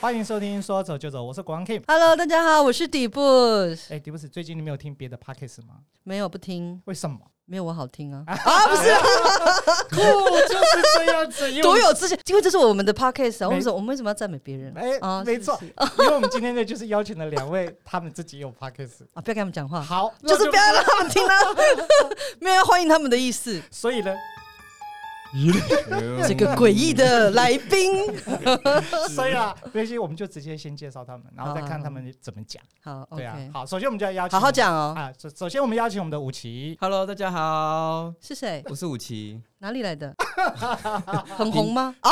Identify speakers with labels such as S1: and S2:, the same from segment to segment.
S1: 欢迎收听《说走就走》，我是国王 Kim。
S2: Hello，大家好，我是底部，
S1: 哎，迪布斯，最近你没有听别的 Pockets 吗？
S2: 没有不听，
S1: 为什么？
S2: 没有我好听啊，
S1: 酷， 就是这样子，因为我
S2: 多
S1: 们
S2: 有自信，因为这是我们的 podcast 啊，
S1: 没
S2: 为什么我们为什么要赞美别人？
S1: 哎、
S2: 啊
S1: 没
S2: 是
S1: 错，
S2: 是
S1: 因为我们今天呢，就是邀请了两位，他们自己有 Pockets。
S2: 啊，不要跟他们讲话，
S1: 好，那
S2: 就是不要让他们听到， 没有要欢迎他们的意思。
S1: 所以呢，
S2: 这个诡异的来宾，
S1: 所以啊，没关系，我们就直接先介绍他们，然后再看他们怎么讲。
S2: 好
S1: 对啊
S2: 哦，OK，，
S1: 好，首先我们就要邀请
S2: 好好讲哦，
S1: 啊，首首先我们邀请我们的武奇，
S3: Hello，大家好，
S2: 是谁？
S3: 我是武奇。
S2: 哪里来的？很红吗？啊，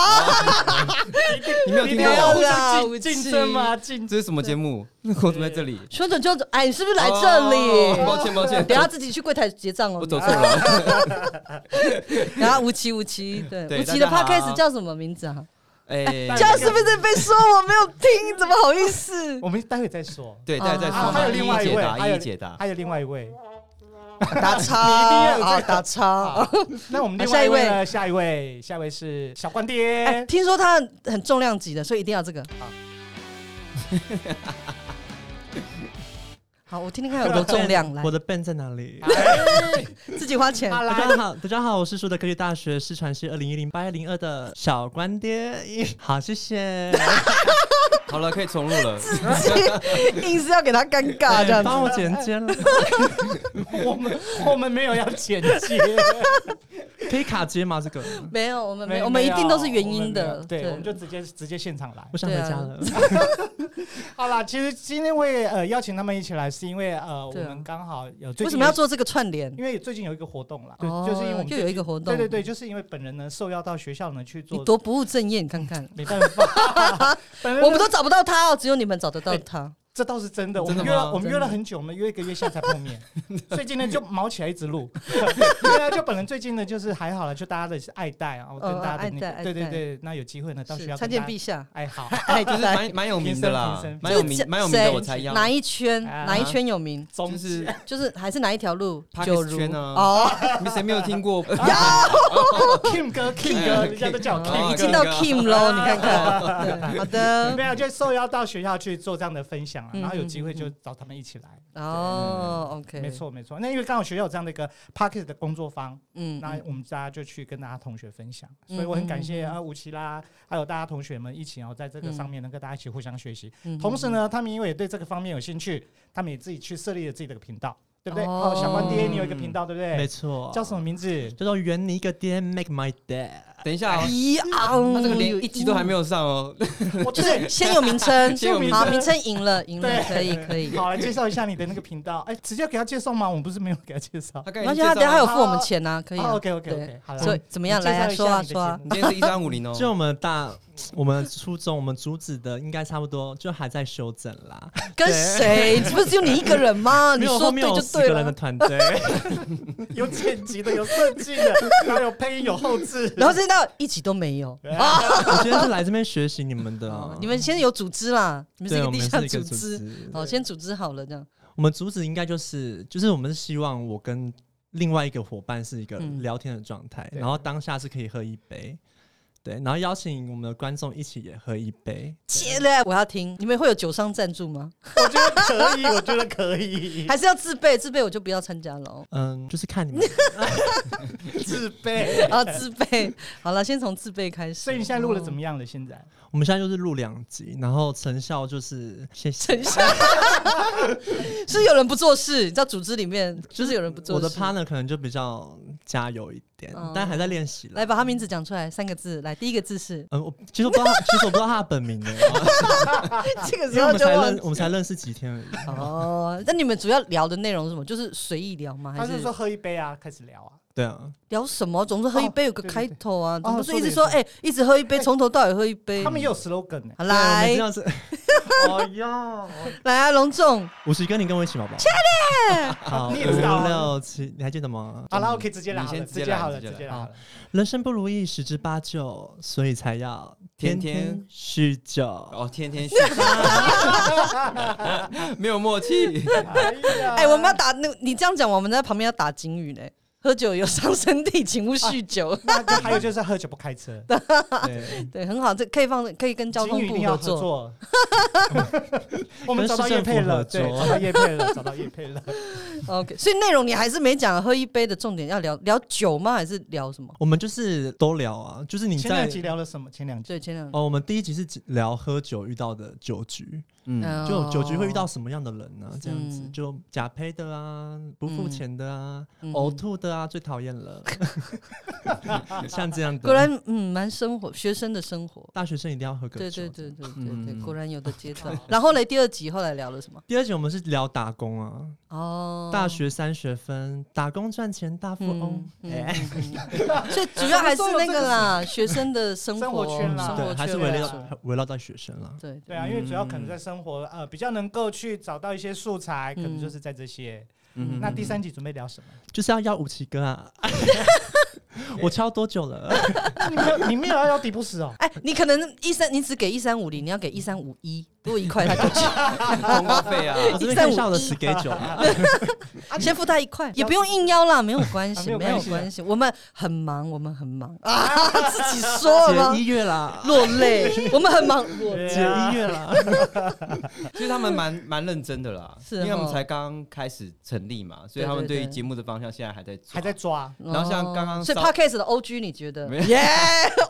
S3: 你没有
S1: 你
S3: 听
S1: 们要互
S3: 过
S2: 没有啦
S1: 相
S2: 武
S1: 竞竞
S2: 奇
S1: 争吗？竞
S3: 这是什么节目？我怎么在这里？
S2: 说走就走，哎，你是不是来这
S3: 哦
S2: 里？
S3: 抱歉，抱歉，
S2: 等一下自己去柜台结账哦
S3: 我。走错了。
S2: 然后吴奇，吴奇，对，
S3: 对
S2: 吴奇的
S3: 大家好
S2: podcast 叫什么名字啊？
S3: 哎，
S2: 这样是不是被说我没有听？怎么好意思？
S1: 我们待会再说。
S3: 对，大家在
S1: 啊
S3: 说
S1: 还有
S3: 嘛，
S1: 另外一
S3: 一一
S1: 位
S3: 解答，
S1: 还
S3: 一
S1: 有
S3: 一解啊答。
S1: 还有另外一位，
S2: 打叉
S1: 你一定要
S2: 啊，打叉。
S1: 好，那我们另
S2: 下
S1: 外一
S2: 一
S1: 位
S2: 位
S1: 呢？下一位，下一位是小关
S2: 哎，
S1: 爹。
S2: 听说它很重量级的，所以一定要这个
S1: 好。
S2: 好，我听听看有多重量，来
S4: 我的 Ben 在哪里？
S2: 自己花钱。
S1: 好
S4: 大
S1: 来，
S4: 家好，大家好，我是树德科技大学视传系二零一零八一零二的小关爹。好，谢谢。
S3: 好了，可以重录了。
S2: 硬是要给他尴尬这样子。
S4: 哎帮我剪接了，
S1: 我们我们没有要剪接，
S4: 可以卡接吗？这个
S2: 没有， 我们没有，我们一定都是原因的。
S1: 对，我们就直接直接现场来。
S4: 我想回家了。
S2: 啊
S1: 好啦，其实今天会呃邀请他们一起来，是因为呃我
S2: 对啊
S1: 们刚好有最近
S2: 为什么要？做这个串联？
S1: 因为最近有一个活动啦，对，
S2: 哦
S1: 就是因为我们
S2: 又有一个活动，
S1: 对对对，，就是因为本人呢受邀到学校呢去
S2: 你
S1: 做，
S2: 多不务正业，你看看，
S1: 没办 法，本人呢
S2: 我们都找不到他哦，只有你们找得到他。
S1: 这倒是真的，我
S3: 真
S1: 们
S3: 的
S1: 约了
S3: 吗
S1: 我们约
S2: 真的
S1: 了很久，我们约一个月下才碰 面，所以今天就毛起来一直录。对啊，就本人最近呢，就是还好了，就大家的爱戴啊，我跟
S2: 哦
S1: 大家的
S2: 爱戴
S1: 那个，
S2: 爱
S1: 对对
S2: 戴
S1: 对，那有机会呢，到学
S2: 是
S1: 校
S2: 参
S1: 跟
S2: 见
S1: 大家
S2: 陛下，
S1: 哎好，
S2: 哎，
S3: 就是
S2: 来
S3: 蛮蛮有名的啦
S1: 平身平身，
S3: 蛮有
S2: 这
S3: 名，
S2: 个
S3: 蛮有名的
S2: 谁
S3: 我才要。
S2: 哪一圈？
S1: 啊
S2: 哪一圈有名？
S1: 中
S3: 就是
S2: 就是还是哪一条路？
S3: Podcast
S2: 九如
S3: 圈啊
S2: 哦，
S3: 你谁没有听过？ 哦
S1: Kim 哥，Kim 哥，人家都叫我 Kim
S3: 哦
S2: 已
S1: 哥。
S2: 经到 Kim 喽，你看看。对好的，
S1: 没有，就受邀到学校去做这样的分享啊，
S2: 嗯
S1: 然后有机会就找他们一起来。
S2: 哦，OK，
S1: 嗯没，错，没错。那因为刚好学校有这样的一个 p a c k e t 的工作坊，
S2: 嗯，
S1: 那
S2: 嗯
S1: 我们大家就去跟大家同学分享，
S2: 嗯
S1: 所以我很感谢
S2: 嗯嗯嗯
S1: 啊吴奇啦，还有大家同学们一起哦，在这个上面能跟大家一起互相学习。
S2: 嗯
S1: 同时呢，他们因为也对这个方面有兴趣，他们也自己去设立了自己的频道，对不对？
S2: 哦
S1: 哦，小关爹，你有一个频道，对不
S4: 没
S1: 对？
S4: 错，
S1: 叫什么名 字？
S4: 哎叫做圆你一个爹，Make My Day。
S3: 等一下哦，
S2: 一昂，
S3: 他这个连一集都还没有上哦。
S1: 我就
S2: 就是 是先有名称，
S3: 先有名
S2: 好，
S1: 称
S2: 名称赢了，赢了
S1: 对，
S2: 可以，可以。
S1: 好来介绍一下你的那个频道。哎，直接给他介绍吗？我们不是没有给他介绍。
S3: 他刚
S2: 没
S3: 才
S2: 关
S3: 已
S2: 系，
S3: 经
S2: 他
S3: 介
S2: 等下还
S3: 绍了。
S2: 有付我们钱呢， 可以啊。
S1: OK OK
S2: 对
S1: OK，好了。
S2: 所以怎么样？
S1: 你介
S2: 来啊，
S1: 绍一下
S2: 说啊，
S1: 你的
S2: 说啊
S1: 节。
S3: 你今天是一三五 零哦。
S4: 就我们大，我们初中，我们竹子的应该差不多，就还在修整啦。
S2: 跟谁？不是只有你一个人 吗？哦你
S4: 没有
S2: 说
S4: 后面
S2: 对
S4: 有
S2: 就
S4: 十
S2: 对
S4: 个人的
S2: 了。
S4: 团队，
S1: 有剪辑的，有设计的， 然后有配音，有后置。
S2: 然后现在一集都没有。
S4: 我今天是来这边学习你们的啊
S2: 哦。你们现在有组织啦，你们是一
S4: 对，
S2: 个
S4: 我
S2: 地
S4: 们
S2: 下
S4: 是一
S2: 组
S4: 个
S2: 织。
S4: 织。
S2: 好，先组织好了这样。
S4: 我们主旨应该就是，就是我们是希望我跟另外一个伙伴是一个
S2: 嗯
S4: 聊天的状态，
S1: 对
S4: 然后当下是可以喝一杯，对，然后邀请我们的观众一起也喝一杯。
S2: 切嘞，我要听。你们会有酒商赞助吗？
S1: 我觉得可以，我觉得可以。
S2: 还是要自备？自备我就不要参加了哦。
S4: 嗯，就是看 你们。
S1: 自备。
S2: 啊，自备。 好了，先从自备开始。
S1: 所以你现在录的怎么样了？现在
S4: 我们现在就是录两集，然后成效就是谢谢。
S2: 等一下，是有人不做事，你知道组织里面就是有人不做
S4: 我
S2: 事。
S4: 的 partner 可能就比较加油一点，
S2: 哦
S4: 但还在练习
S2: 来
S4: 了。
S2: 把他名字讲出来，三个字。来，第一个字 是
S4: 嗯，我其实我不知道他，其实我不知道他的本名 的，
S2: 这个
S4: 因为
S2: 时
S4: 我
S2: 候
S4: 们
S2: 就
S4: 才
S2: 忘
S4: 认
S2: 记
S4: 我们才认识几天而已。
S2: 哦，那你们主要聊的内容是什么？就是随意聊吗？还
S1: 他
S2: 是
S1: 是说喝一杯啊，开始聊啊。
S4: 对啊，
S2: 聊什么？总是喝一杯有个
S1: 对对
S2: 开头啊，
S1: 哦
S2: 总不是
S1: 说
S2: 一
S1: 得
S2: 直
S1: 也
S2: 说
S1: 是
S2: 哎，一直喝一杯，
S1: 哎
S2: 从头到尾喝一杯
S1: 他。们也有 slogan 呢。
S2: 好
S4: 对我们
S2: 来
S4: 这样是， 哦哟，
S2: 来啊，隆重，
S4: 五十跟你跟我一起好不好？好，
S1: 你也知道啊
S4: 五六七，你还记得吗？
S1: 好了，OK，直接来
S3: 你
S1: 好了，
S3: 先
S1: 直
S3: 直接
S1: 接
S3: 来
S1: 好了，
S3: 直接
S1: 直
S3: 来
S1: 接来好了。
S4: 人生不如意十之八九，所以才要天
S3: 天
S4: 天
S3: 天
S4: 酗酒。
S3: 哦，天天续，没有默契。
S1: 哎呀
S2: 哎哎，我们要打那，你这样讲，我们在旁边要打警语嘞。喝酒有伤身体， 请勿酗酒。
S4: 啊
S1: 那就还有就是喝酒不开 车，
S3: 对，
S2: 对，很好，这可以放，可以跟啊交
S1: 警
S2: 通
S1: 语一
S2: 部
S1: 定要合
S2: 作。
S1: 作。 我们找到叶配了，对，找到叶配了，找到叶配了。
S2: OK，所以内容你还是没讲，喝一杯的重点要聊聊酒吗？还是聊什么？
S4: 我们就是都聊啊，就是 你
S1: 前两
S4: 在
S1: 集聊了什么？前两集
S2: 对，前两
S4: 哦，我们第一集是聊喝酒遇到的酒局，
S3: 嗯，
S4: 就酒局会遇到什么样的人呢、这样子
S2: 哦嗯
S4: 就假胚的啊，不付钱的啊，
S2: 嗯
S4: 呕吐的啊，最讨厌了，像这样的。
S2: 果然，嗯，蛮生活，学生的生活。
S4: 大学生一定要喝个
S2: 对
S4: 酒。
S2: 对对对对对，
S3: 嗯
S2: 果然有的接 到。然后嘞，第二集后来聊了什么？
S4: 第二集我们是聊打工啊，
S2: 哦，
S4: 大学三学分，打工赚钱大富翁
S2: 嗯。，嗯
S4: 哎，
S2: 嗯 嗯所以主要还是那个啦，学生的生活
S1: 生活圈啦
S2: 生活
S4: 对，还是
S2: 圈
S4: 围
S2: 来
S1: 了
S2: 说
S4: 绕围绕在学生啦。
S2: 对对
S1: 对啊，因为主要可能
S4: 嗯
S1: 在生活呃比较能够去找到一些素材，可能就是在这些。
S3: 嗯
S1: 那第 三集准备聊什么？
S4: 就是要邀五七 哥啊！ 我敲多久了？
S1: 你没有，你没有要聊底部史哦。
S2: 哎，你可能一三，你只给一三五零，你要给一三五一，多一块他就去，
S3: 通告费啊，
S4: 我这边看一下我的 schedule 啊。
S2: 先付他一块，也不用硬邀啦，没有关
S1: 啊
S2: 系，
S1: 没有
S2: 没
S1: 关
S2: 有
S1: 系啊
S2: 关系，我们很忙，我们很忙啊， 自己说了
S4: 姐
S2: 吗
S4: 一？月啦，
S2: 落泪，我们很忙，我
S1: 对
S4: 姐
S1: 啊
S4: 一 月啦。
S3: 其实他们蛮蛮认真的啦，
S1: 啊
S2: 是
S3: 因为他们
S2: 哦
S3: 才刚开始成立嘛，所以
S2: 对
S3: 他们
S2: 对
S3: 对于
S2: 对
S3: 节目的方向现在还在抓
S1: 还在抓，
S3: 然后像刚刚
S2: 哦所以
S3: 稍
S2: podcast 的 OG 你觉得
S3: 没
S2: 耶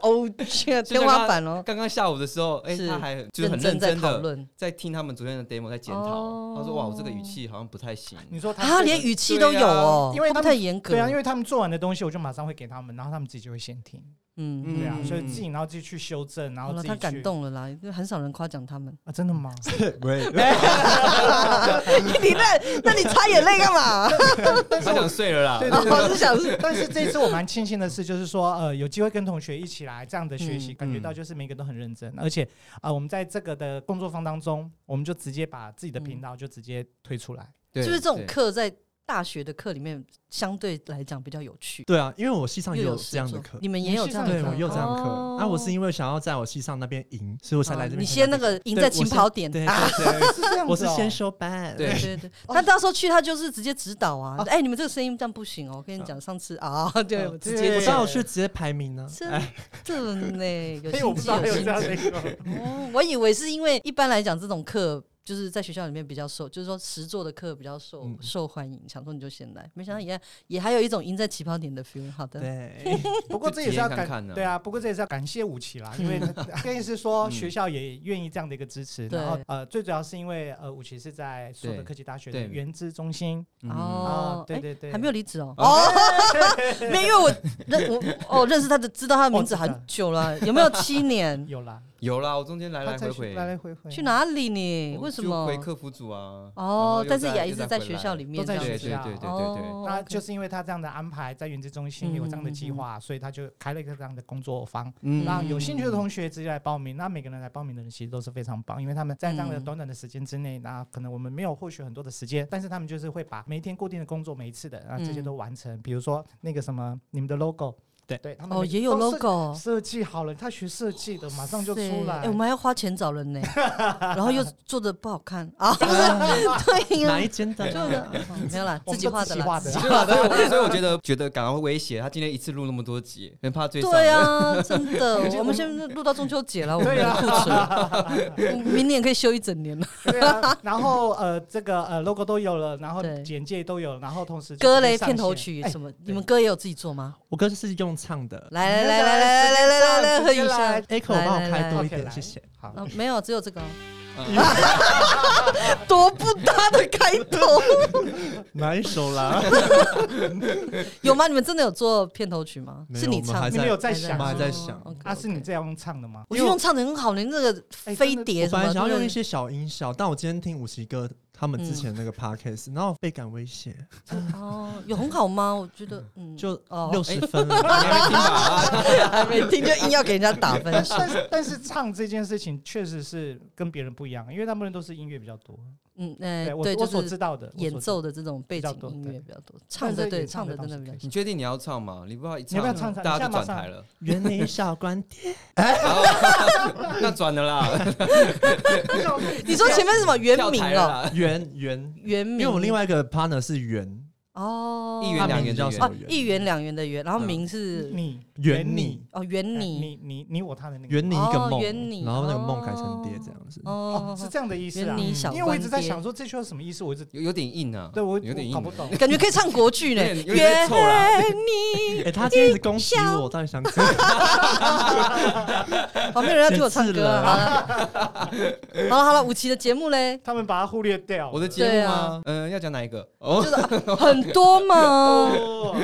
S2: OG
S3: 就像
S2: 天花板哦，
S3: 刚刚下午的时候，哎、
S2: 是
S3: 他还就是很
S2: 认真
S3: 认
S2: 在
S3: 真
S2: 讨
S3: 的
S2: 论
S3: 在听他们昨天的 demo，在检讨。
S2: 哦
S3: 他说：“哇，我这个语气好像不太行。
S1: 你说他
S2: 啊，
S1: 这个
S2: 连语气都有哦，
S1: 因为
S2: 会不
S1: 他
S2: 会太
S1: 们
S2: 严格，
S1: 对啊，因为他们做完的东西，我就马上会给他们，然后他们自己就会先听，
S2: 嗯，
S1: 对啊，
S3: 嗯
S1: 所以自己然后自己去修正，然
S2: 好
S1: 后自
S2: 了，
S1: 己
S2: 他
S1: 去
S2: 感动了啦，因为很少人夸奖他们。
S1: 啊，真的吗？
S4: 喂，
S2: 你那，那你擦眼泪干嘛？”
S3: 他想睡了啦。
S1: 对
S2: 我是想 是，
S1: 但是这次我蛮庆幸的是，就是说，呃，有机会跟同学一起来这样的学习，
S2: 嗯
S1: 感觉到就是每个都很认真，而且呃，我们在这个的工作坊当中，我们就直接把自己的频道就直接推出来。
S3: 对
S2: 就是这种
S3: 对
S2: 课在大学的课里面相对来讲比较有趣，
S4: 对啊，因为我系上也
S2: 又
S4: 有
S2: 实
S4: 这样的
S2: 作
S4: 课，
S2: 你们也
S1: 你
S2: 有
S1: 系
S2: 这样
S1: 上
S2: 的
S4: 对
S1: 有
S2: 课，
S4: 我也有这样的课。
S2: 哦
S4: 啊，我是因为想要在我系上那边赢，所以我才来这边。
S2: 你先那，个赢在起跑点。
S4: 对，哦
S2: 啊
S4: 对
S1: 是这样哦
S4: 我是先修班。
S3: 对
S2: 对对对，他到时候去，他就是直接指导
S4: 哦
S2: 啊！哎，你们这个声音这样不行哦，我跟你讲，上次啊，对，我直接
S4: 我
S1: 哦对
S4: 上午去直接排名呢。
S2: 真的 呢，有
S4: 哎
S1: 因为我
S2: 心
S1: 不知
S2: 机
S1: 道
S2: 有
S1: 还有
S2: 心
S1: 这样。
S2: 机
S1: 的一个，
S2: 哦，我以为是因为一般来讲这种课就是在学校里面比较受，就是说实作的课比较受、
S4: 嗯
S2: 受欢迎，想说你就先来，没想到也也还有一种赢在起跑点的 feel。好的，
S4: 对，
S1: 不过这也是要
S3: 就体验看看
S1: 感
S3: 啊
S1: 对啊，不过这也是要感谢武奇 啦，因为呃跟意思说
S3: 嗯
S1: 学校也愿意这样的一个支持，
S2: 嗯对
S1: 然后呃，最主要是因为呃，武奇是在苏德科技大学的
S3: 对
S1: 原资中心
S3: 嗯
S1: 啊
S2: 哦，，
S1: 对
S2: 哎
S1: 对对，
S2: 还没有离职哦，
S3: 哦
S2: 哦， 没有，因为我 认我哦认识他的，知道他的名字
S1: 哦知道
S2: 很久了，有没有七年？
S1: 有啦，
S3: 有啦，我中间来
S1: 他
S3: 来
S1: 才
S3: 回
S1: 去
S3: 回
S1: 来来回回
S2: 去哪里呢？
S3: 我
S2: 为什
S3: 就
S2: 么
S3: 回？客服组啊？
S2: 哦，但是
S3: 也
S2: 也一直在学校里面这
S1: 都
S2: 样
S1: 在
S2: 子，
S3: 对
S1: 学
S3: 对对
S1: 校
S3: 对对对，
S2: 哦，
S1: 那
S2: OK 嗯
S1: 就是因为他这样的安排，在原子中心有这样的计划，所以他就开了一个这样的工作坊，
S3: 嗯
S1: 让有兴趣的同学直接来报名。那每个人来报名的人其实都是非常棒，因为他们在这样的
S2: 嗯
S1: 短短的时间之内，那可能我们没有获取很多的时间，但是他们就是会把每一天固定的工作，每一次的啊
S2: 嗯
S1: 这些都完成。比如说那个什么，你们的 logo，
S4: 对
S1: 对，他们
S2: 哦也有
S1: 都是
S2: logo，
S1: 设计好了，他学设计的，马上就出
S2: 对
S1: 来。
S2: 哎、 我们还要花钱找人呢，然后又做的不好看啊，不是，对呀、
S4: 哪一间的？
S2: 啊做的、 哦没有啦，
S1: 我
S2: 自
S1: 们
S2: 己
S1: 都
S2: 画
S1: 自
S2: 的
S1: 己
S2: 啦，
S1: 画
S2: 自
S1: 的
S2: 己
S3: 对啊，所以我所以我觉得觉得感到威胁，他今天一次录那么多集，很怕追上。
S2: 对啊，真 的
S1: 已，经
S2: 我们现在录到中秋节了，我们
S1: 啊
S2: 的库存，明年可以休一整年了。
S1: 对啊，然后呃，这个呃 logo 都有了，然后
S2: 对
S1: 简介都有了，然后同时就
S2: 歌
S1: 是
S2: 嘞，
S1: 上
S2: 片头
S1: 线
S2: 曲
S1: 哎
S2: 什么，你们歌也有自己做吗？
S4: 我哥是用唱的。
S2: 来来来来来来来来来，喝一下
S1: 来
S4: Echo，帮我开多一
S1: OK，
S4: 点，
S1: 来
S4: 谢谢。
S1: 好，
S2: 哦，没有，只有这个哦，
S3: 嗯，
S1: 嗯
S2: 多不搭的开头，
S4: 哪一首 啦？
S2: 有吗？你们真的有做片头曲吗？
S4: 没有
S2: 是你
S4: 我们
S2: 唱的，
S4: 还
S1: 你
S4: 在
S1: 们有在
S2: 还
S1: 想
S4: 我们还
S1: 吗
S4: 在想
S2: 哦
S1: 啊？
S2: ，OK，OK
S1: 是你这样唱的吗？
S2: 我觉得用唱的很好，连那个
S1: 哎
S2: 飞
S1: 真的
S2: 碟
S4: 我
S2: 什
S4: 本来
S2: 么，
S4: 想要用
S2: 对
S4: 一些小音效，但我今天听五十哥他们之前那个
S2: 嗯
S4: podcast，然后倍感威胁，
S2: 哦，有很好吗？我觉得，嗯，
S4: 就
S2: 哦
S4: 六十分了。
S3: 还没听吧？
S2: 还没听就硬要给人家打分 数，
S1: 但是但是唱这件事情确实是跟别人不一样，因为他们都是音乐比较多。
S2: 嗯，哎
S1: 对，我
S2: 对，
S1: 我
S2: 就
S1: 所
S2: 是
S1: 知道的我
S2: 演
S1: 所知
S2: 奏的这种背
S1: 比较
S2: 景
S1: 多
S2: 音
S1: 对
S2: 乐比较多，唱的
S1: 但是
S2: 对，
S1: 也
S2: 唱的
S1: 唱得
S2: 真的
S1: 到
S2: 比较
S1: 是
S2: 多。
S3: 你确定你要唱吗？你不知道一
S1: 你要不要唱唱
S3: 大
S1: 你
S3: 家
S1: 现
S3: 就
S1: 在马
S3: 转
S1: 上
S3: 台了。
S4: 原理小 观点，
S3: 好哦 那转了啦，
S2: 你说前面是什么原
S3: 跳
S2: 名
S3: 台了
S2: 哦？
S3: 啦。
S4: 原原，
S2: 原名，
S4: 因为我们另外一个 partner 是原，
S2: 哦，
S3: 一元两元嗯的
S4: 他名字叫什
S2: 哦
S3: 元
S4: 么，元
S2: 一元两元的元，然后名是
S1: 你哎
S4: 圆你
S2: 哦元
S3: 哎
S2: 你
S1: 你你你我他的那个
S4: 圆你一个
S2: 哦
S4: 梦，
S2: 圆你
S4: 然后那个梦
S2: 哦
S4: 改成爹这样子。
S1: 哦
S2: 哦，
S1: 是这样的意思啊
S2: 元。你小
S1: 因为我一直在
S2: 关爹
S1: 想说这句话什么意思，我一直
S3: 有有点硬啊，
S1: 对我
S3: 有点
S1: 我
S3: 硬
S1: 搞
S3: 啊，
S1: 不懂。
S2: 感觉可以唱国剧呢，
S3: 有点有点太臭啦
S2: 你
S4: 哎、他今天一直攻击我，我到底想怎样？
S2: 好，哦没有人要听我唱歌啊。好
S4: 生
S2: 了， 好了，好了，五期的节目嘞，
S1: 他们把它忽略掉。
S3: 我的节
S2: 对
S3: 目
S2: 啊
S3: 吗？嗯，要讲哪一个？哦，
S2: 很多嘛，
S1: 哦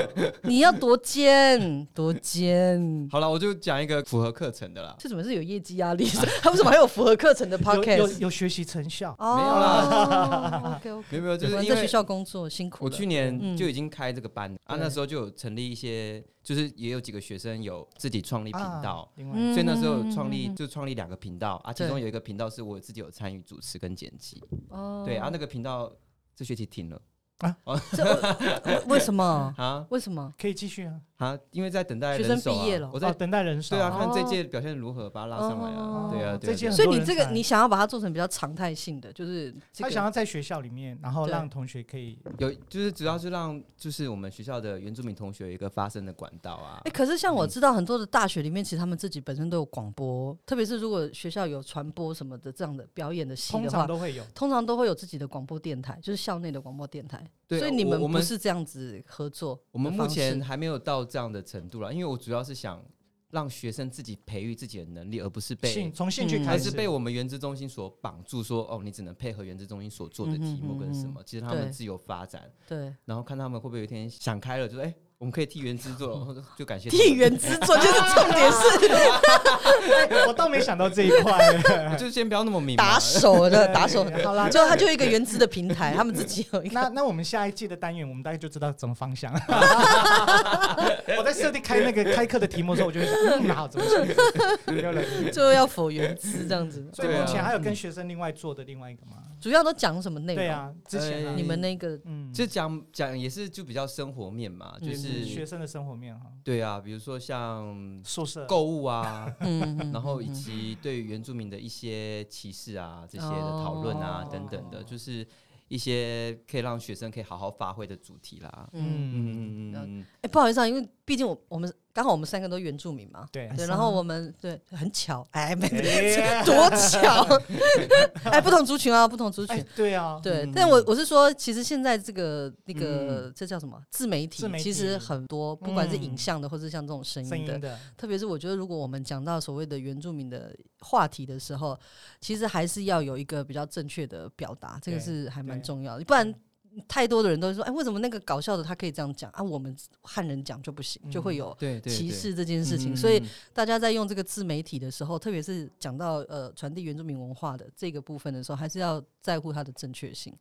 S2: 你要多尖，多尖。
S3: 好了，我就讲一个符合课程的啦。
S2: 这怎么是有业绩压 力？他为什么还有符合课程的
S1: 有有
S2: podcast？
S1: 有学习成效，
S2: 哦
S3: 没有
S2: 啦，OK OK。
S3: 没有没有， 就
S2: 我
S3: 是
S2: 们
S3: 因
S2: 在学
S3: 为
S2: 校工作辛苦
S3: 我
S2: 了
S3: 去
S2: 嗯
S3: 年就已经开这个班了啊，
S1: 对
S3: 那时候就有成立一些，就是也有几个学生有自己创立频
S1: 啊。
S3: 道
S1: 另外，
S2: 嗯
S3: 所以那时候有创
S2: 嗯
S3: 立
S2: 嗯嗯
S3: 就创立两个频道啊，
S2: 对
S3: 其中有一个频道是我自己有参与主持跟剪辑，
S2: 哦
S3: 对啊，那个频道这学期停了
S2: 这为为什么？
S3: 啊
S2: 为什么？
S1: 可以继续啊。
S3: 啊，因为在等待
S2: 学生
S3: 人手啊
S2: 毕业了
S3: 我
S1: 哦，
S3: 在
S1: 等待人手。
S3: 对啊，看
S2: 哦
S3: 这届表现如何，把它拉上来
S2: 哦
S3: 啊，对啊，对啊
S1: 这届
S3: 对啊
S1: 很
S2: 所
S1: 多
S2: 以你这个
S1: 人才
S2: 你想要把它做成比较常态性的，就是这
S1: 他想
S2: 个
S1: 要在学校里面，然后
S2: 对
S1: 让同学可以
S3: 有就是主要是让就是我们学校的原住民同学有一个发声的管道啊
S2: 哎、，可是像我知道很多的大学里面，其实他们自己本身都有广播，特别是如果学校有传播什么的这样的表演的戏
S1: 通
S2: 的
S1: 常
S2: 话，
S1: 都会有。
S2: 通常都会有自己的广播电台，就是校内的广播电台。
S3: 对
S2: 所以你
S3: 我
S2: 们
S3: 我
S2: 不
S3: 们
S2: 是这样子合作的
S3: 我们目
S2: 方式
S3: 前还没有到这样的程度了，因为我主要是想让学生自己培育自己的能力，而不是
S1: 兴
S3: 被
S1: 从兴趣
S2: 嗯
S1: 开
S3: 而
S1: 始
S3: 是被我们原子中心所绑住说哦，你只能配合原子中心所做的题目跟什么，其实他
S2: 对
S3: 们自由发展，
S2: 对，
S3: 然后看他们会不会有一天想开了，就说哎、我们可以替原子做，然后就就感谢他们
S2: 地缘之作就是重点是
S1: 我倒没想到这一块。
S3: 就先不要那么明嘛
S2: 打手的 打手。好啦，就它就一个原子的平台，他们自己有一个。
S1: 那那我们下一季的单元，我们大概就知道怎么方向。 我在设定开那个开课的题目的时候，我就会想，嗯，好，怎么去？ 没有 人。
S2: 最后要否原子这 样子，
S1: 所以
S3: 对啊
S1: 目前还
S2: 嗯
S1: 有跟学生另外做的另外一个吗？
S2: 主要都讲什么内容？
S1: 对啊，之前啊
S2: 呃你们那个
S1: 嗯，
S3: 就讲讲也是就比较生活面嘛，就
S1: 嗯学
S3: 是
S1: 生的生活面哈，
S3: 对啊，比如说像
S1: 宿舍
S3: 购物啊，
S2: 嗯，嗯
S3: 然后以
S2: 嗯
S3: 及对于原住民的一些歧视啊这些的讨论啊
S2: 哦
S3: 等等的，就是一些可以让学生可以好好发挥的主题啦。
S2: 嗯，
S3: 嗯嗯
S2: 了
S3: 嗯嗯，
S2: 哎、不好意思啊，因为毕竟我我们刚好我们三个都原住民嘛，
S1: 对
S2: 对，
S4: 是
S2: 然
S4: 吗
S2: 后我们对很巧，哎，没
S1: 啊 哎
S2: 多 巧，哎，不同族群啊，不同族群，
S1: 哎，对啊，
S2: 对
S3: 嗯，
S2: 但我我是说，其实现在这个那个、
S3: 嗯
S2: 这叫什么自媒体
S1: 自媒体
S2: 其实很多，不管是影
S1: 嗯
S2: 像的，或是像这种声
S1: 声
S2: 音的，
S1: 音的
S2: 特别是我觉得，如果我们讲到所谓的原住民的话题的时候，其实还是要有一个比较正确的表达，这个
S1: 对
S2: 是还蛮
S1: 对
S2: 重要的，不然。太多的人都会说，哎，为什么那个搞笑的他可以这样讲啊？我们汉人讲就不行，就会
S1: 嗯
S2: 有
S3: 对对，
S2: 歧
S3: 对嗯
S2: 视这件事情。所以大家在用这个自媒体的时候，特别是讲到呃传递原住民文化的这个部分的时候，还是要在乎它的正确性。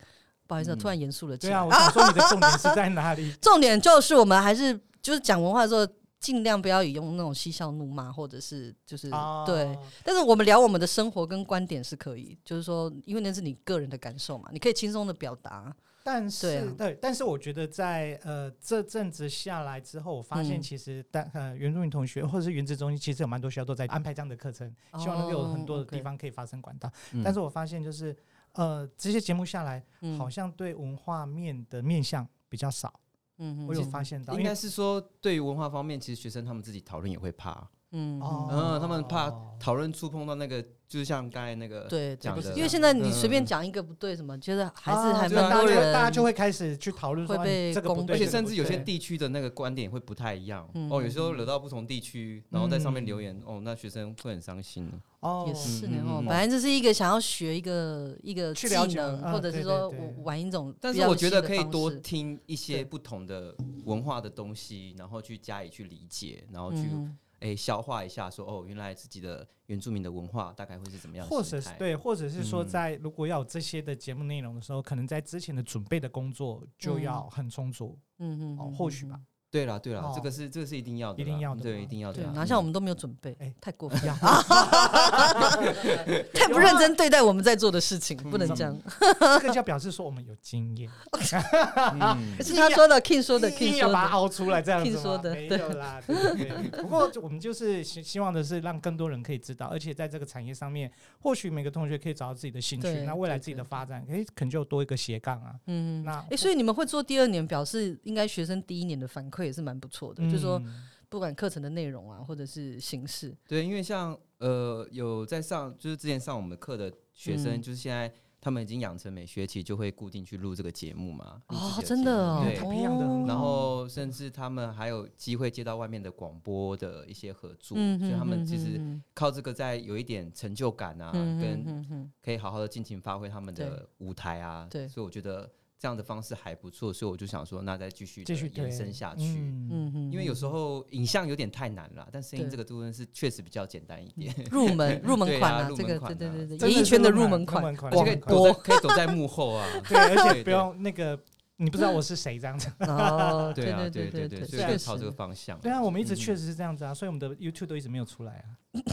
S2: 不好意思啊，
S3: 嗯
S2: 突然严肃了起
S1: 对
S2: 来。
S1: 啊，我想说你的重点是在哪里？
S2: 重点就是我们还是就是讲文化的时候，尽量不要以用那种嬉笑怒骂，或者是就是、
S1: 啊，
S2: 对。但是我们聊我们的生活跟观点是可以，就是说，因为那是你个人的感受嘛，你可以轻松的表达。
S1: 但
S2: 对
S1: 是
S2: 啊
S1: 对，但是我觉得在呃这阵子下来之后，我发现
S2: 嗯
S1: 其实但呃原住民同学或者是原子中心，其实有蛮多学校都在安排这样的课程，哦希望能够有很多的
S2: 哦
S1: 地方可以发生管道。
S3: 嗯
S1: 但是我发现就是呃这些节目下来，
S2: 嗯，
S1: 好像对文化面的面向比较少，
S2: 嗯，嗯
S1: 我有发，现到，
S3: 应
S1: 因为
S3: 该是说对于文化方面，其实学生他们自己讨论也会怕，
S2: 嗯，
S1: 哦
S2: 嗯
S3: 嗯，他们怕讨论触碰到那个，就是像刚才那个
S2: 对，对
S3: 讲的，
S2: 因为现在你随便
S3: 嗯。
S2: 讲一个不对，什么觉得还是
S1: 啊
S2: 还
S1: 就是
S2: 蛮
S1: 大家
S2: 多
S1: 就
S2: 人，
S1: 会大家就会开始去讨论
S2: 会
S1: 说啊
S2: 被
S1: 你这个不
S2: 攻
S1: 对，
S3: 而
S2: 击
S3: 且
S1: 这个
S3: 甚
S1: 不
S3: 至有些
S1: 对
S3: 地区的那个观点会不太一样
S2: 嗯
S3: 哦，有时候惹到不同地区，然后在上面留言哦，那学生会很伤心的。
S1: 哦
S2: 也是呢
S3: 嗯嗯
S2: 哦，
S3: 嗯
S2: 本来这是一个想要学一个一个技
S1: 去了解
S2: 能，
S1: 嗯
S2: 或者是
S1: 对
S2: 说
S1: 对
S2: 我
S1: 对
S2: 玩一种
S3: 但
S2: 比
S3: 是
S2: 较
S3: 我
S2: 新
S3: 觉
S2: 的
S3: 得
S2: 方式，
S3: 可以多听一
S1: 对
S3: 些不同的文化的东西，然后去加以去理解，然后去
S2: 嗯
S3: 诶、消化一下说哦，原来自己的原住民的文化大概会是怎么样的
S1: 或
S3: 形
S1: 者是
S3: 态
S1: 对，或者是说，
S3: 嗯
S1: 在如果要有这些的节目内
S2: 嗯
S1: 容的时候，可能在之前的准备的工作就要很充足，
S2: 嗯嗯
S1: 哦
S2: 嗯，
S1: 或许吧。
S3: 对啦对啦，
S1: 哦
S3: 这个是这个是一定要的啦，
S1: 一定要的
S3: 对，
S1: 吗
S3: 一定要的
S2: 对
S3: 啦。，
S2: 哪像我们都没有准备
S1: 哎，
S2: 太过分，
S1: 呀
S2: 太不认真对待我们在做的事情，不能这样。
S1: 这个就表示说我们有经验，
S3: 嗯
S2: 是他说的，King 说的
S1: 硬
S2: ，King
S1: 要
S2: 说
S1: 把它
S2: 的，
S1: 凹出来这样子
S2: King
S1: 吗
S2: 说的
S1: 没有啦。对对对不过我们就是希希望的是让更多人可以知道，而且在这个产业上面，或许每个同学可以找到自己的兴趣
S2: 对，
S1: 那未来
S2: 对
S1: 自己的
S2: 对
S1: 发展，诶，可能就有多一个斜杠啊。
S2: 嗯。
S1: 那
S2: 哎，所以你们会做第二年，表示应该学生第一年的反馈也是蛮不错的，就是说
S1: 嗯
S2: 不管课程的内容啊，或者是形式，
S3: 对，因为像呃有在上，就是之前上我们课的学生，
S2: 嗯
S3: 就是现在他们已经养成每学期就会固定去录这个节目嘛。录自己
S2: 哦，
S3: 节
S2: 真的
S3: 目
S2: 哦，
S1: 因为他
S3: 对。
S1: 培养得很
S2: 哦
S3: 然后甚至他们还有机会接到外面的广播的一些合作，所以他们其实
S2: 嗯
S3: 靠这个在有一点成就感啊，
S2: 嗯嗯
S3: 跟
S2: 嗯嗯
S3: 可以好好的尽情发挥他们的舞台啊。
S2: 对
S3: 所以我觉得这样的方式还不错，所以我就想说，那再继续地
S1: 继续
S3: 延
S1: 推
S3: 伸下去。
S1: 嗯
S2: 嗯嗯，
S3: 因为有时候影像有点太难了，但声音
S2: 对嗯
S3: 这个部分是确实比较简单一点，
S2: 入门入门
S3: 对啊
S2: 款
S3: 入
S2: 这
S3: 门
S2: 个
S3: 款
S2: 对
S3: 啊
S2: 对对
S1: 真
S2: 对，
S1: 的
S2: 演艺
S1: 是
S2: 圈的
S1: 入
S2: 入
S1: 门
S2: 门
S1: 入
S2: 款
S1: 门款
S3: 而且可以
S1: 广
S3: 躲在
S2: 播
S3: 可以躲在幕 后啊。
S1: 对，而
S3: 对
S1: 且不用那个，你不知道我是谁这样子。
S2: 哦，
S3: 对啊，
S2: 对
S3: 对
S2: 对，
S3: 所以
S2: 确
S3: 就
S2: 实
S3: 朝这个方 向。
S1: 对啊，我们一直
S3: 嗯
S1: 确实是这样子啊，所以我们的 YouTube 都一直没有出来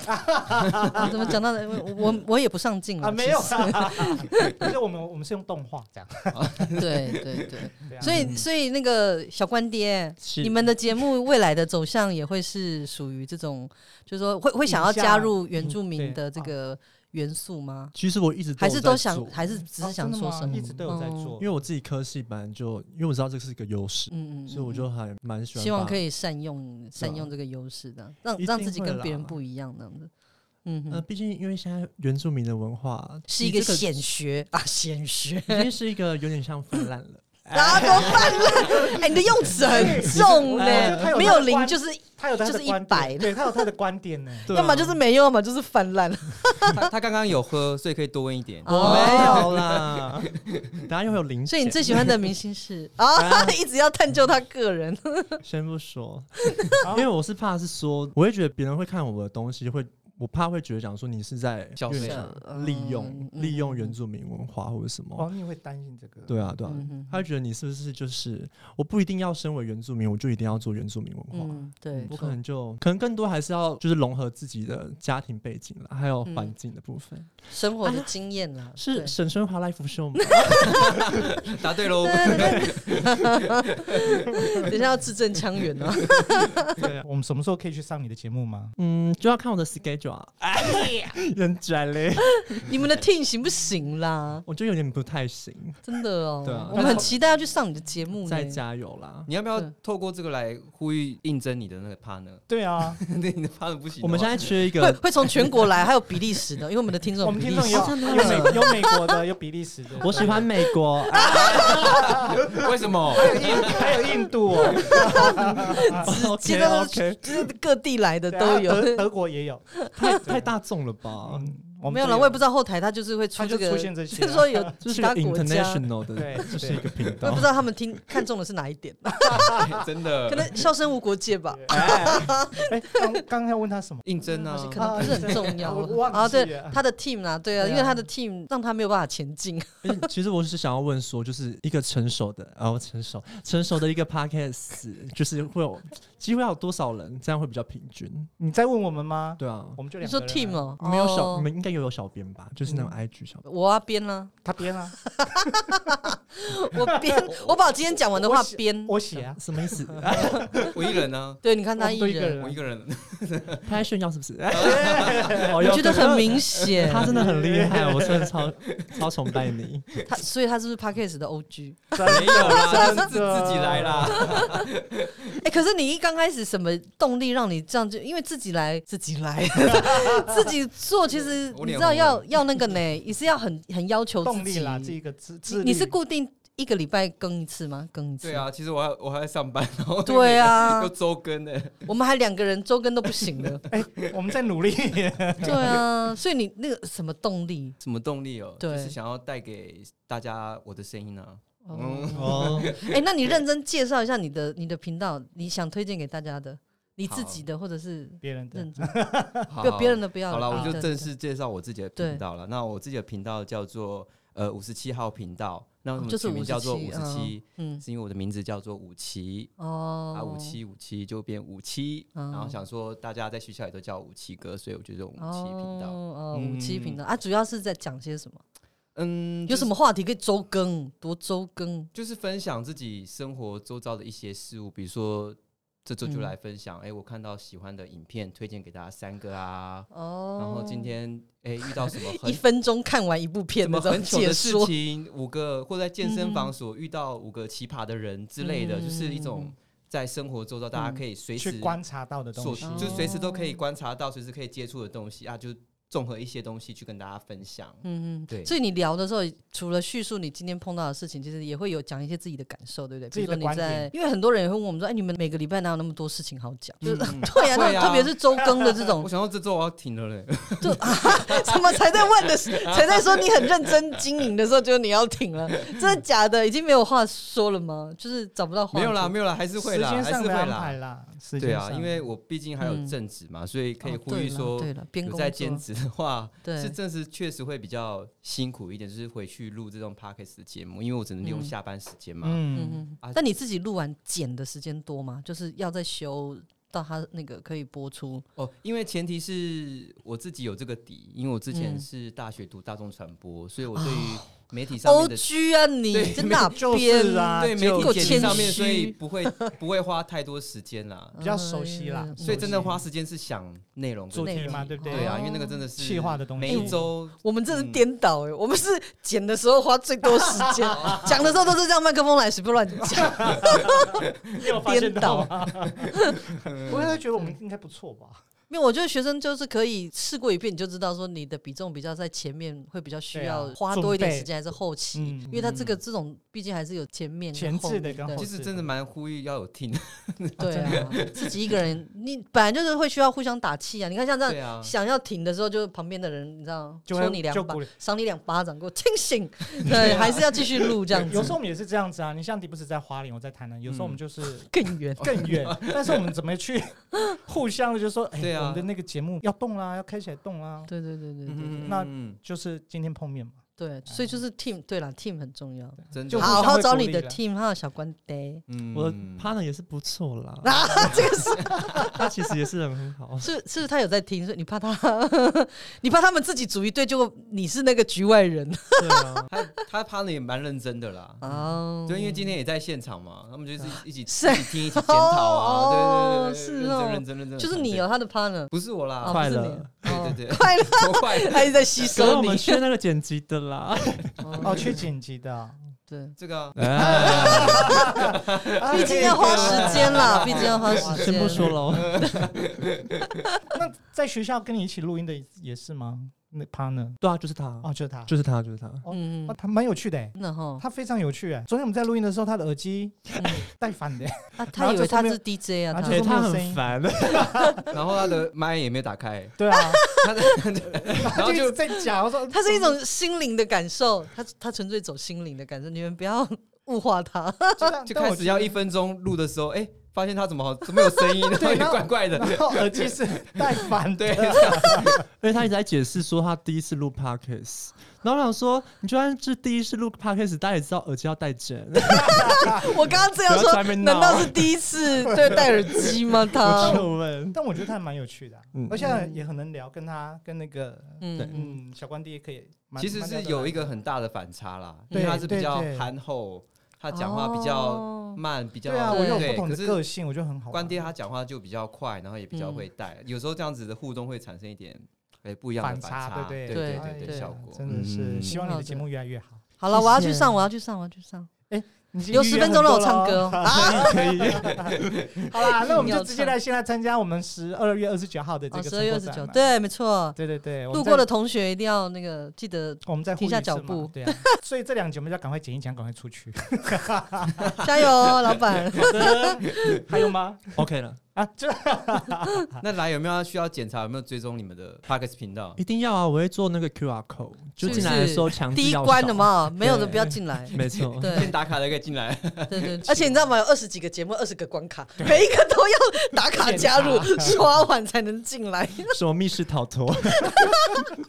S1: 啊。
S2: 啊怎么讲到我我我也不上镜了
S1: 啊，没有
S2: 嗯其实
S1: 啊， 而且我们我们是用动画这样。
S2: 对对对，
S1: 对啊
S2: 所以所以那个小关爹，
S4: 是
S2: 你们的节目未来的走向也会是属于这种，就是说会会想要
S1: 影像
S2: 加入原
S1: 嗯
S2: 住民
S1: 对
S2: 的这
S1: 啊
S2: 个元素吗？
S4: 其实我一直
S2: 还是都
S4: 有在
S2: 想
S4: 做，
S2: 还是只是
S1: 哦
S2: 想
S1: 真的
S2: 说
S1: 吗
S2: 什么？
S1: 一直都有在
S2: 嗯
S1: 做
S4: 因为我自己科系本来就，因为我知道这是一个优势，
S2: 嗯嗯，
S4: 所以我
S2: 嗯
S4: 就还蛮喜欢把。
S2: 希望可以善用善
S4: 对啊
S2: 用这个优势的，让
S4: 一
S2: 让
S4: 定
S2: 自己
S4: 会
S2: 跟
S4: 啦
S2: 别人不一样那样子。嗯
S4: 呃，
S2: 哼，
S4: 毕竟因为现在原住民的文化
S2: 是一
S4: 以
S2: 个
S4: 这个
S2: 显学啊，显学。
S4: 已经是一个有点像泛滥了。
S2: 啊，怎么办呢？哎，你的用词很重呢、
S1: 哎我觉得他有
S2: 没有
S1: 他的
S2: 零
S1: 观
S2: 就是，
S1: 他有他
S2: 就
S1: 的
S2: 是
S1: 观
S2: 100
S1: 点，对他有他的观点 呢。
S4: 对啊
S2: 要么就是没用，要么就是泛滥。
S3: 他他刚刚有喝，所以可以多问一点。
S4: 我
S2: 哦
S4: 没有啦，等下又会有零钱。
S2: 所以你最喜欢的明 星是啊， 一直要探究他个人。
S4: 先不说，因为我是怕是说，我会觉得别人会看我的东西，会我怕会觉得讲说你是在
S3: 教
S4: 有
S3: 学
S4: 点像利用
S2: 嗯
S4: 利用原住民文化或者什么。
S1: 哦，你也会担心这个？
S4: 对啊，对啊，
S2: 嗯哼
S4: 他会觉得你是不是就是我不一定要身为原住民，我就一定要做原住民文化。
S2: 嗯，对，
S4: 我可能就可能更多还是要就是融合自己的家庭背景啦，还有
S2: 嗯
S4: 环境的部分。
S2: 生活
S1: 啊
S2: 的经验啦，对
S4: 是沈春华来福秀吗？
S3: 答对喽。
S2: 等一下要字正腔圆 啊。
S1: 对，啊 我们什么时候可以去上你的节目吗？
S4: 嗯，就要看我的 schedule 啊。哎 呀，人转嘞，
S2: 你们的 team 行不行啦？
S4: 我就有点不太行，
S2: 真的哦，
S4: 对啊
S2: 我们很期待要去上你的节目呢
S4: 再。加油啦。
S3: 你要不要
S2: 对
S3: 透过这个来呼吁应征你的那个 partner？
S1: 对啊，
S3: 对，你的 partner 不行的话。
S4: 我们
S2: 啊
S4: 现在缺一
S2: 会
S4: 个，
S2: 会从全国来，还有比利时的，因为我们的听众
S1: 我
S2: 有
S1: 们
S2: 比
S1: 听
S2: 利
S1: 众
S2: 时
S1: 有
S4: 真的
S1: 有美有美国的，有比利时的，
S4: 我喜欢美 国，啊
S3: 为什 么？哎
S1: 还有印度哦，
S2: 接
S4: 啊 OK
S2: 到
S4: OK，
S2: 就是各地来的
S1: 对啊
S2: 都有。
S1: 德德国也有。
S4: 太太大众了吧？
S1: 嗯，我们
S2: 没有
S1: 都
S2: 了，我也不知道后台他就是会出
S1: 他
S2: 这
S1: 就
S2: 个，
S1: 出现这些
S2: 就
S1: 啊
S2: 是 说有
S4: 这
S2: 其
S4: 是一个
S2: 他国家，
S4: international 的，
S1: 对，
S4: 这是一个频
S2: 我也
S4: 道
S2: 不知。道他们听看中的是哪 一点，
S3: 真的
S2: 可能笑声无国界吧，
S1: 哎，刚刚才问他什么？
S3: 应征啊
S2: 好像
S3: 呢
S2: 可？能不是很重要
S1: 啊我忘记
S2: 啊，对
S1: 了
S2: 他的 team 啦，对啊，
S1: 对啊
S2: 因为他的 team 让他没有办法前进，啊
S4: 而且其实我是想要问说，就是一个成熟的，然后成熟成熟的一个 podcast，就是 会有机会要有多少人，这样会比较平均？
S1: 你
S4: 嗯
S1: 在问我们吗？
S4: 对啊，
S1: 我们就
S2: 你
S1: 两
S2: 说
S1: 个人啊
S2: team 哦，
S4: 没有小，你
S2: 哦嗯
S4: 们应该也有小编吧？就是那种 IG 小编。
S2: 我要编啦，
S1: 他编 啊，
S2: 我编，我把我今天讲完的话
S1: 我写
S2: 编，
S1: 我写啊，
S4: 什么意思？
S3: 我一人呢？
S2: 对，你看他
S1: 我们都一个
S2: 人，
S1: 人啊
S3: 我一 个人。
S4: 他在炫耀 是不是？
S2: 我
S4: 我
S2: 觉得很明 显，
S4: 他真的很厉害，我真的超超崇拜你。
S2: 他所以他是不是 podcast 的 OG？
S3: 啊没有啦，就是自
S1: 真的
S3: 自己来啦。
S2: 哎，可是你一刚开始什么动力让你这样就因为自己来自己来 自己做，其实
S3: 我
S2: 你
S3: 脸
S2: 知道
S3: 红
S2: 要要那个呢，也是要很很要求
S1: 动
S2: 自
S1: 力
S2: 己。
S1: 啦，这一个自自
S2: 你
S1: 律
S2: 是固定一个礼拜更一次吗？更一次？
S3: 对，啊，其实我还我还在上班，然后
S2: 对啊
S3: 又，周更呢。
S2: 我们还两个人周更都不行了。
S1: 我们在努力。
S2: 对啊，所以你那个什么动力？
S3: 什么动力哦？
S2: 对
S3: 就是想要带给大家我的声音啊。
S2: 哦，
S4: 哦，
S2: 哎、那你认真介绍一下你的你的频道，你想推荐给大家的，你自己的或者是
S1: 别人的
S2: 认真，
S3: 好
S2: 不别人的不要
S3: 好了，我
S2: 你
S3: 就
S2: 的
S3: 正式介绍我自己的
S2: 对
S3: 频道了。那我自己的频道叫做。呃五十七号频道，那我们
S2: 哦就是
S3: 取名叫做
S2: 57
S3: 五十七，
S2: 嗯，
S3: 是因为我的名字叫做五七
S2: 哦，
S3: 啊，五七五七就变五七，
S2: 哦
S3: 然后想说大家在学校也都叫我五七哥，所以我就用五七频道。
S2: 哦，哦五七频
S3: 嗯
S2: 道啊，主要是在讲些什么？
S3: 嗯，
S2: 有什
S3: 么？
S2: 么话题可以周更？多周更？
S3: 就是分享自己生活周遭的一些事物，比如说这周就
S2: 嗯
S3: 来分享，哎、我看到喜欢的影片，推荐给大家三个啊。
S2: 哦，
S3: 然后今天哎、遇到什么
S2: 一
S3: 很
S2: 分钟看完一部
S3: 什
S2: 片
S3: 么
S2: 的这
S3: 很
S2: 种
S3: 糗的
S2: 解
S3: 事
S2: 说，
S3: 情，五个或在健身房所遇到五个奇葩的人之类的，
S2: 嗯
S3: 就是一种在生活周遭大家可以随时
S1: 去观察到的
S3: 所
S1: 东西，
S3: 就随时都可以
S2: 哦
S3: 观察到，随时可以接触的东西啊，就综合一些东西去跟大家分享。
S2: 嗯嗯，
S3: 对
S2: 所以你聊的时候，除了叙述你今天碰到的事情，其实也会有讲一些自己的感受，对不对？
S1: 自
S2: 比
S1: 己
S2: 如说
S1: 的
S2: 你
S1: 观
S2: 在
S1: 点，
S2: 因为很多人也会问我们说，哎，你们每个礼拜哪有那么多事情好讲？就是
S3: 嗯
S2: 对啊，
S3: 会
S2: 那
S3: 啊
S2: 特别是周更的这种
S3: 我， 想到这周我要停了嘞，
S2: 就 啊，什么才在问的时，才在说你很认真经营的时候，就你要停 了，真的假的？已经没有话说了吗？就是找不到话，
S3: 没有啦，，没有啦，还是会
S1: 时
S3: 啦，
S1: 间
S3: 还是
S1: 上
S3: 会
S1: 的安
S3: 啦
S1: 排。啦，时间
S3: 对啊，
S1: 上
S3: 因为我毕竟还有
S2: 嗯
S3: 正职嘛，所以可以
S2: 哦
S3: 呼吁说，
S2: 对了，对了边
S3: 有
S2: 工
S3: 在兼
S2: 作，
S3: 职的话，
S2: 对
S3: 是正职确实会比较辛苦一点，就是回去录这种 podcast 的节目，因为我只能利用
S2: 嗯
S3: 下班时间嘛。
S1: 嗯，
S2: 嗯嗯
S3: 啊。
S2: 但你自己录完剪的时间多吗？就是要再修到它那个可以播出，
S3: 哦，因为前提是我自己有这个底，因为我之前
S2: 嗯啊
S3: 是大学读大众传播，所以我对于媒体上
S2: O
S3: 面的
S2: G 啊，你
S3: 对
S2: 在哪
S1: 就是
S2: 边？
S1: 啊，
S3: 对媒
S1: 就
S2: 给
S3: 体
S2: 我
S3: 剪
S2: 谦
S3: 辑上面，所以
S2: 虚
S3: 不会 不会花太多时间啦。
S1: 比较熟悉啦
S2: 嗯
S1: 熟
S3: 所以真的
S1: 悉
S3: 花时间是想内容
S1: 主
S3: 跟，
S1: 题嘛，
S2: 内容哦
S1: 对不
S3: 对
S1: 对？
S3: 啊，因为那个真的是
S1: 企划的东西哦
S3: 每一周
S2: 我们真的是颠倒哎、我们是剪的时候花最多时 间，讲的时候都是这样麦克风来随便乱讲，
S1: 你有发现
S2: 颠
S1: 到
S2: 倒
S1: 吗？。 我也觉得我们应该不错吧？
S2: 没有，我觉得学生就是可以试过一遍，你就知道说你的比重比较在前面，会比较需要
S1: 对啊
S2: 花多一点
S1: 准备
S2: 时间，还是后期，
S1: 嗯
S2: 因为它这个这种毕竟还是有前面跟
S1: 前
S2: 后
S1: 置的
S2: 面
S1: 跟后
S3: 其
S1: 置
S3: 实真的蛮呼吁要有听，
S2: 对啊，自己一个人，你本来就是会需要互相打气啊。你看像这样。
S3: 对啊，
S2: 想要停的时候，就是旁边的人，你知道，
S1: 嗯就
S2: 抽
S1: 会
S2: 你两
S1: 就
S2: 巴
S1: 鼓励，
S2: 赏你两巴掌，给我清醒。 对，还是要继续录这样子。
S1: 有时候我们也是这样子啊，你像你不是在花莲，我在台南，有时候我
S3: 嗯
S1: 们就是
S2: 更远，
S1: 更远，但是我们怎么去互相的就说，哎，
S3: 对啊
S1: 我们的那个节目要动啦，要开起来动啦，
S2: 对对对对对对
S3: 嗯
S1: 那
S3: 嗯
S1: 就是今天碰面嘛，
S2: 对，所以就是 team，对啦 team 很重要。
S3: 真的
S1: 就互
S2: 好
S1: 相
S2: 好
S1: 会
S2: 找
S1: 鼓
S2: 你
S1: 励
S2: 的
S1: 啦
S2: team 哈，小关 爹。
S3: 嗯
S4: 我的 partner 也是不错啦，
S2: 啊，这个是。
S4: 他其实也是人很好
S2: 是是不是他有在听？所以你怕他， 你怕他们自己组一队，结果你是那个局 外人
S4: 对啊，
S3: 他他 partner 也蛮认真的啦。
S1: 嗯
S2: 哦。
S3: 对，因为今天也在现场嘛，他们就是一起一
S2: 是
S3: 起听、一起检讨啊，
S2: 哦
S3: 对对对
S2: 是哦
S3: 对，认真认真认真，
S2: 就是你哦，，他的 partner
S3: 不是我
S2: 哦
S3: 啦，
S4: 快乐
S2: 不是你
S3: 对对对，
S2: 快乐，
S3: 多快乐，
S2: 他一直在吸
S4: 所以
S2: 收
S4: 我
S2: 你
S4: 们。缺那个剪辑的啦。
S1: 哦，去剪辑的啊，
S2: 对，
S3: 这个啊
S4: 哎，
S2: 毕竟要花时间啦，毕竟要花时
S4: 先
S2: 间。
S4: 不说了哦，
S1: 哎那在学校跟你一起录音的也是吗？那 partner
S4: 对啊，就是他，
S1: 哦，就是他，
S4: 就是他，就是他。
S2: 嗯，
S1: 哦
S2: 嗯，
S1: 他蛮有趣的欸，
S2: 真的哈，
S1: 他非常有趣哎。昨天我们在录音的时候，他的耳机
S2: 嗯
S1: 带反的欸，
S2: 啊，他以为他是 DJ 啊，
S1: 然后
S2: 他
S1: 就
S4: 哎，
S1: 是没
S4: 他
S1: 有声
S4: 很
S1: 音
S4: 烦，
S3: 然后他的麦也没打开，
S1: 对啊，
S3: 他的，然
S1: 他就
S3: 后
S1: 一直
S3: 就
S1: 在讲，我说
S2: 他是一种心灵的感受，他他纯粹走心灵的感受，你们不要物化他。
S3: 就开始要一。分钟录的时候，哎，发现他怎么好怎么有声音，然后
S1: 对然
S3: 也
S1: 后
S3: 怪怪的，
S1: 然后耳机是带反
S3: 对
S1: 的，
S4: 因为他一直在解释说他第一次录 podcast，然后我想说，你就算是第一次录 podcast，大家也知道耳机要戴针，
S2: 我刚刚这样
S4: 不要
S2: 说
S4: 在那，边闹
S2: 难道是第一次对戴耳机吗？他
S4: 我就问，
S1: 但我觉得他还蛮有趣的啊
S4: 嗯，
S1: 而且也很能聊，跟他跟那个
S2: 嗯，
S1: 嗯小关弟可以蛮。
S3: 其实是有一个很大的反差啦，因
S1: 对
S3: 为他是比较
S1: 对对
S3: 憨厚，他讲话比较
S2: 哦
S3: 慢，比较
S1: 对啊，我有
S3: 对
S1: 不同
S3: 可
S1: 的
S3: 是
S1: 个性，我觉得很好玩。
S3: 关爹他讲话就比较快，然后也比较会带，有时候这样子的互动会产生一点哎、不一样的
S1: 反
S3: 反
S1: 差，对
S3: 对
S1: 不
S2: 对
S3: 对
S2: 对
S1: 哎呀
S3: 效果
S1: 真的是
S3: 嗯
S1: 希望你的节目越来越 好。
S2: 好了，我要去
S4: 谢谢
S2: 上，我要去上，我要去上，
S1: 你已经
S2: 有
S1: 预
S2: 十
S1: 约
S2: 分钟
S1: 很
S2: 让我
S1: 多
S2: 唱
S1: 了
S2: 歌
S1: 哦。
S2: 哦。
S4: 可以，
S1: 好啦，那我们
S2: 要
S1: 就直接来先来参加我们十二月二十九号的这个
S2: 啊哦十二月二
S1: 直
S2: 十
S1: 播展
S2: 九，
S1: 嘛
S2: 对，没错。
S1: 对对对，我们
S2: 路
S1: 再
S2: 过的同学一定要那个记得
S1: 我们再呼
S2: 停
S1: 吁
S2: 下
S1: 一次
S2: 脚
S1: 嘛
S2: 步
S1: 对啊。所以这两集我们就要赶快剪一剪，赶快出去。
S2: 加油哦，老板。
S1: 还有吗？
S4: ，OK 了，
S1: 啊，这
S3: 那来有没有要需要检查有没有追踪你们的 Parkes 频道？
S4: 一定要啊！我会做那个 QR code，就进来的时候强制
S2: 第一
S4: 要
S2: 关
S4: 扫
S2: 的？嘛，没有的不要进来。
S4: 没错，
S2: 对
S3: 先打卡的可以进来，
S2: 对对，而且你知道吗？有二十几个节目，二十个关卡，每一个都要打卡加入，刷完才能进来。
S3: 哎
S4: 什么密室逃脱？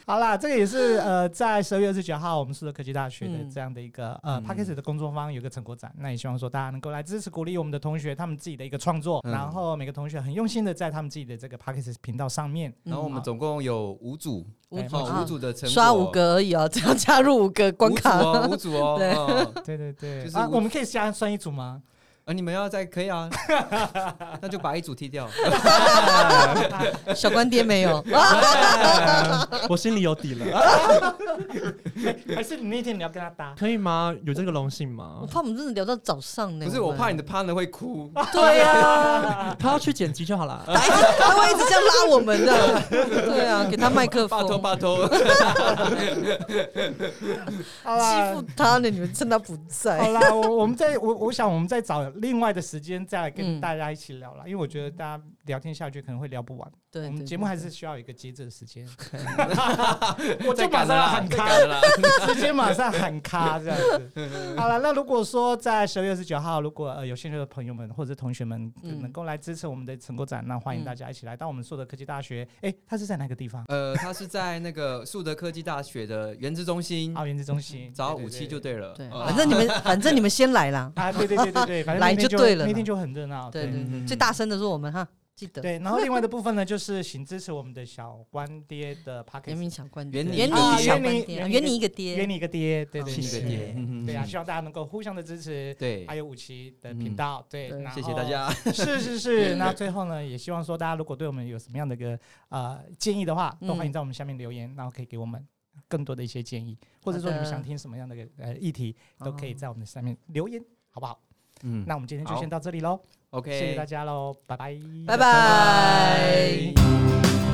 S1: 好啦，这个也是呃，在十二月二十九号，我们苏州科技大学的
S2: 嗯
S1: 这样的一个、呃 p a c k a g e 的工作坊有一个成果展，那也希望说大家能够来支持鼓励我们的同学他们自己的一个创作，
S3: 嗯
S1: 然后每个同学很用心的在他们自己的这个 p a c k a g e 频道上面，
S3: 然后我们总共有五组，
S2: 五
S1: 组
S3: 好
S2: 啊
S3: 五组的成果
S2: 刷五个而已哦，只要加入五个关卡。
S3: 五组哦，五 组哦，
S2: 对
S3: 嗯
S1: 对对对，
S3: 就是
S1: 啊，
S3: 我
S1: 我们可以加算一组 吗？
S3: 啊，你们要再可以啊，那就把一组踢掉，
S2: 小关爹没 有，啊
S4: 我心里有底了，
S1: 还是你那天你要跟他搭？
S4: 可以吗？有这个荣幸吗
S2: 我？怕我们真的聊到早上呢。
S3: 不是我
S2: 们
S3: 怕你的 partner 会哭，
S2: 对啊呀，
S4: 他要去剪辑就好了。
S2: 他一直他会一直这样拉我们 的。对啊，给他麦克
S3: 拜
S2: 风，
S3: 托拜 托，
S1: 好
S2: 欺
S1: 啦
S2: 负他呢，你们趁他不
S1: 好
S2: 在。
S1: 啦，我我们再我我想我们再找另外的时间再来
S2: 嗯
S1: 跟大家一起聊啦，因为我觉得大家聊天下去可能会聊不完，
S2: 对，
S1: 我
S2: 对
S1: 们节目
S2: 对
S1: 还是需要有一个节制的时间。 我
S3: 再
S1: 就马上要
S3: 赶了啦，
S1: 喊
S3: 再
S1: 卡
S3: 赶了啦，
S1: 直接马上喊卡这样子。 好了，那如果说在十二月十九号，如果呃有兴趣的朋友们或者同学们
S2: 嗯
S1: 能够来支持我们的成果展，那欢迎大家一起来到我们硕德科技大学。哎，它是在哪个地方？
S3: 呃，他是在那个树德科技大学的原子中心，
S1: 奥园子中心。
S3: 找武器就
S1: 对。
S3: 对了，
S2: 对，
S3: 呃
S2: 反正你们反正你们先来 啦。
S1: 啊，对对对对对，反正
S2: 来
S1: 那天
S2: 就对了啦
S1: 那天就很热闹。
S2: 对
S1: 对
S2: 对对，
S3: 嗯
S2: 最大声的是我们哈，记得
S1: 对，然后另外的部分呢，就是请支持我们的小关爹的 p a c k a
S2: 圆
S1: g
S2: 明
S1: e
S2: 小关
S3: 圆
S2: 你
S3: 你
S2: 圆
S3: 啊
S2: 你小
S1: 圆
S2: 关
S1: 你
S2: 爹，
S1: 圆你
S2: 圆你一个爹，
S1: 约你一个爹，对对
S2: 好
S1: 对，
S3: 亲一个爹，嗯
S1: 对啊，希望大家能够互相的支持，
S3: 对
S1: 还，有武器的
S3: 嗯
S1: 频道，对
S2: 对，
S1: 然
S3: 谢谢
S1: 后
S3: 大家，
S1: 是是是，那最后呢，也希望说大家如果对我们有什么样的一个呃建议的话，
S3: 嗯
S1: 都欢迎在我们下面留言，然后可以给我们更多的一些建议，或者说
S2: 好
S1: 你
S2: 的
S1: 们想听什么样的一个呃议题，都可以在我们下面留言，好不好？
S3: 嗯
S1: 那我们今天就
S3: 好
S1: 先到这里喽，
S3: ，OK，
S1: 谢谢大家喽，拜拜，
S2: 拜拜。
S3: 拜